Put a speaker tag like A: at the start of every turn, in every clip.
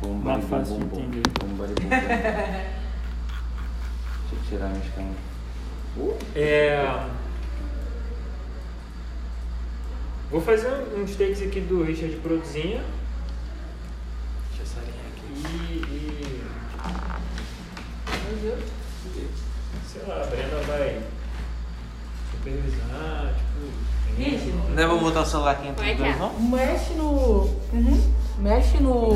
A: Bom,
B: Não é
A: bom,
B: fácil
A: bom,
B: de
A: bom.
B: entender.
A: Bom, bom, bom, bom. Deixa eu tirar minhas câmeras.
B: É... Vou fazer uns takes aqui do Richard produzindo. Deixa essa linha aqui e. Sei lá, a Brenda vai supervisar, tipo.
C: Richard?
D: Não é pra botar o celular aqui entre
C: Vai
D: os dois,
C: cá.
D: não?
E: Mexe no. Uhum. Mexe no.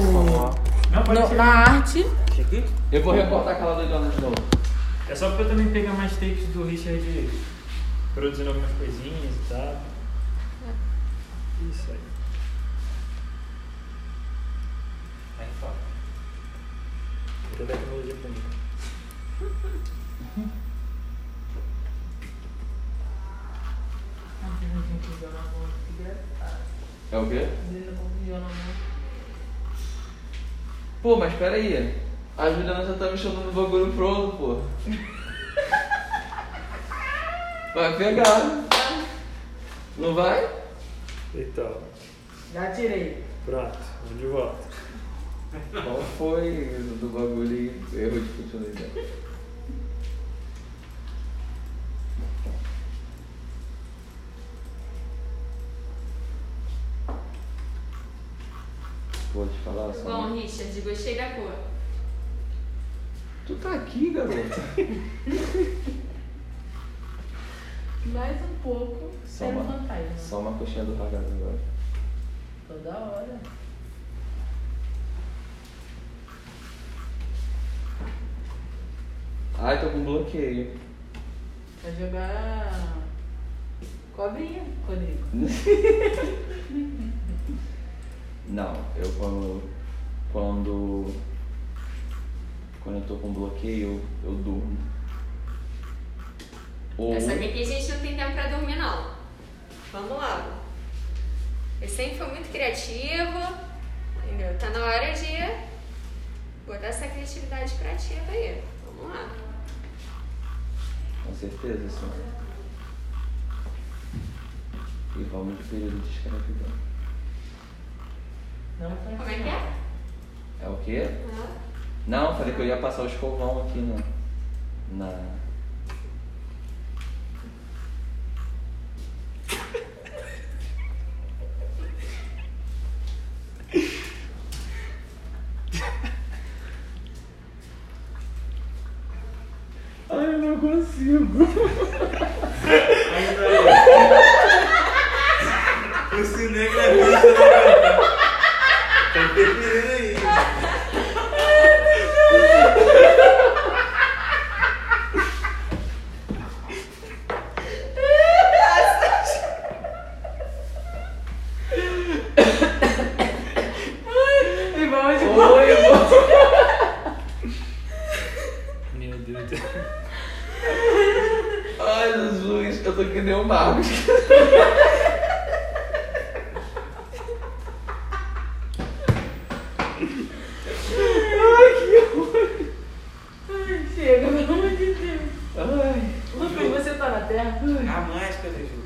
B: Não, pode
E: no-
B: ser.
E: na arte.
D: Isso aqui?
A: Eu vou recortar aquela doidona de novo.
B: É só pra eu também pegar mais takes do Richard produzindo algumas coisinhas e tal.
D: É.
B: Isso aí.
D: Aí fora.
B: Tem tecnologia pra mim.
A: É o quê? Pô, mas peraí. A Juliana já tá me chamando no bagulho pronto, pô. Vai pegar. Não vai?
B: Então,
E: Já tirei.
B: pronto, vamos de volta.
A: Qual foi do bagulho e erro de continuidade? Vou te falar só.
C: Bom, Richard, gostei da cor.
A: Tu tá aqui, garota.
E: Mais um pouco.
A: Só
E: Era um
A: uma-
E: fantasma.
A: Só uma coxinha do Hagado agora.
E: Toda hora.
A: Ai, tô com bloqueio.
E: Vai jogar. Cobrinha, Rodrigo.
A: Não, eu quando. Quando. Quando eu tô com bloqueio, eu, eu durmo. Ou.
C: Essa aqui a gente não tem tempo pra dormir, não. Vamos lá. Esse sempre foi muito criativo, entendeu? Tá na hora de botar essa criatividade pra ativa aí. Vamos lá.
A: Com certeza, senhora. E vamos de período de escravidão.
E: Não faz
C: Como é que é?
A: É o quê?
C: Ah,
A: Não, falei que eu ia passar o escovão aqui na. Na. Ai, eu não consigo.
D: O cinema é bicho, né? Tá preferindo aí.
E: Igual de
A: Oi, amor.
B: Meu Deus do céu.
A: Ai, Jesus, eu tô que nem um o Marcos.
E: Ai, Chega, pelo amor de Deus.
A: Ai.
E: Lucas, você tá na terra?
D: A máscara, Ju.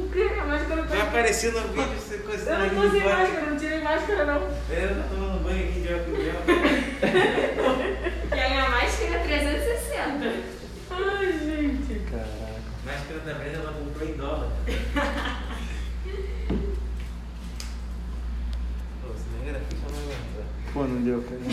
E: O quê? A máscara
D: Vai
E: tá.
D: aparecer no vídeo você
E: Eu
D: cozinhando
E: não tô sem máscara, eu não tirei máscara não.
D: Eu tô tomando banho aqui de álcool gel.
C: E a minha máscara 360.
E: Ai, gente.
A: Caraca.
D: Máscara da Brenda, ela comprou em dólar. Pô, o cinema é grafite, eu não aguento.
B: Pô, não deu, cara.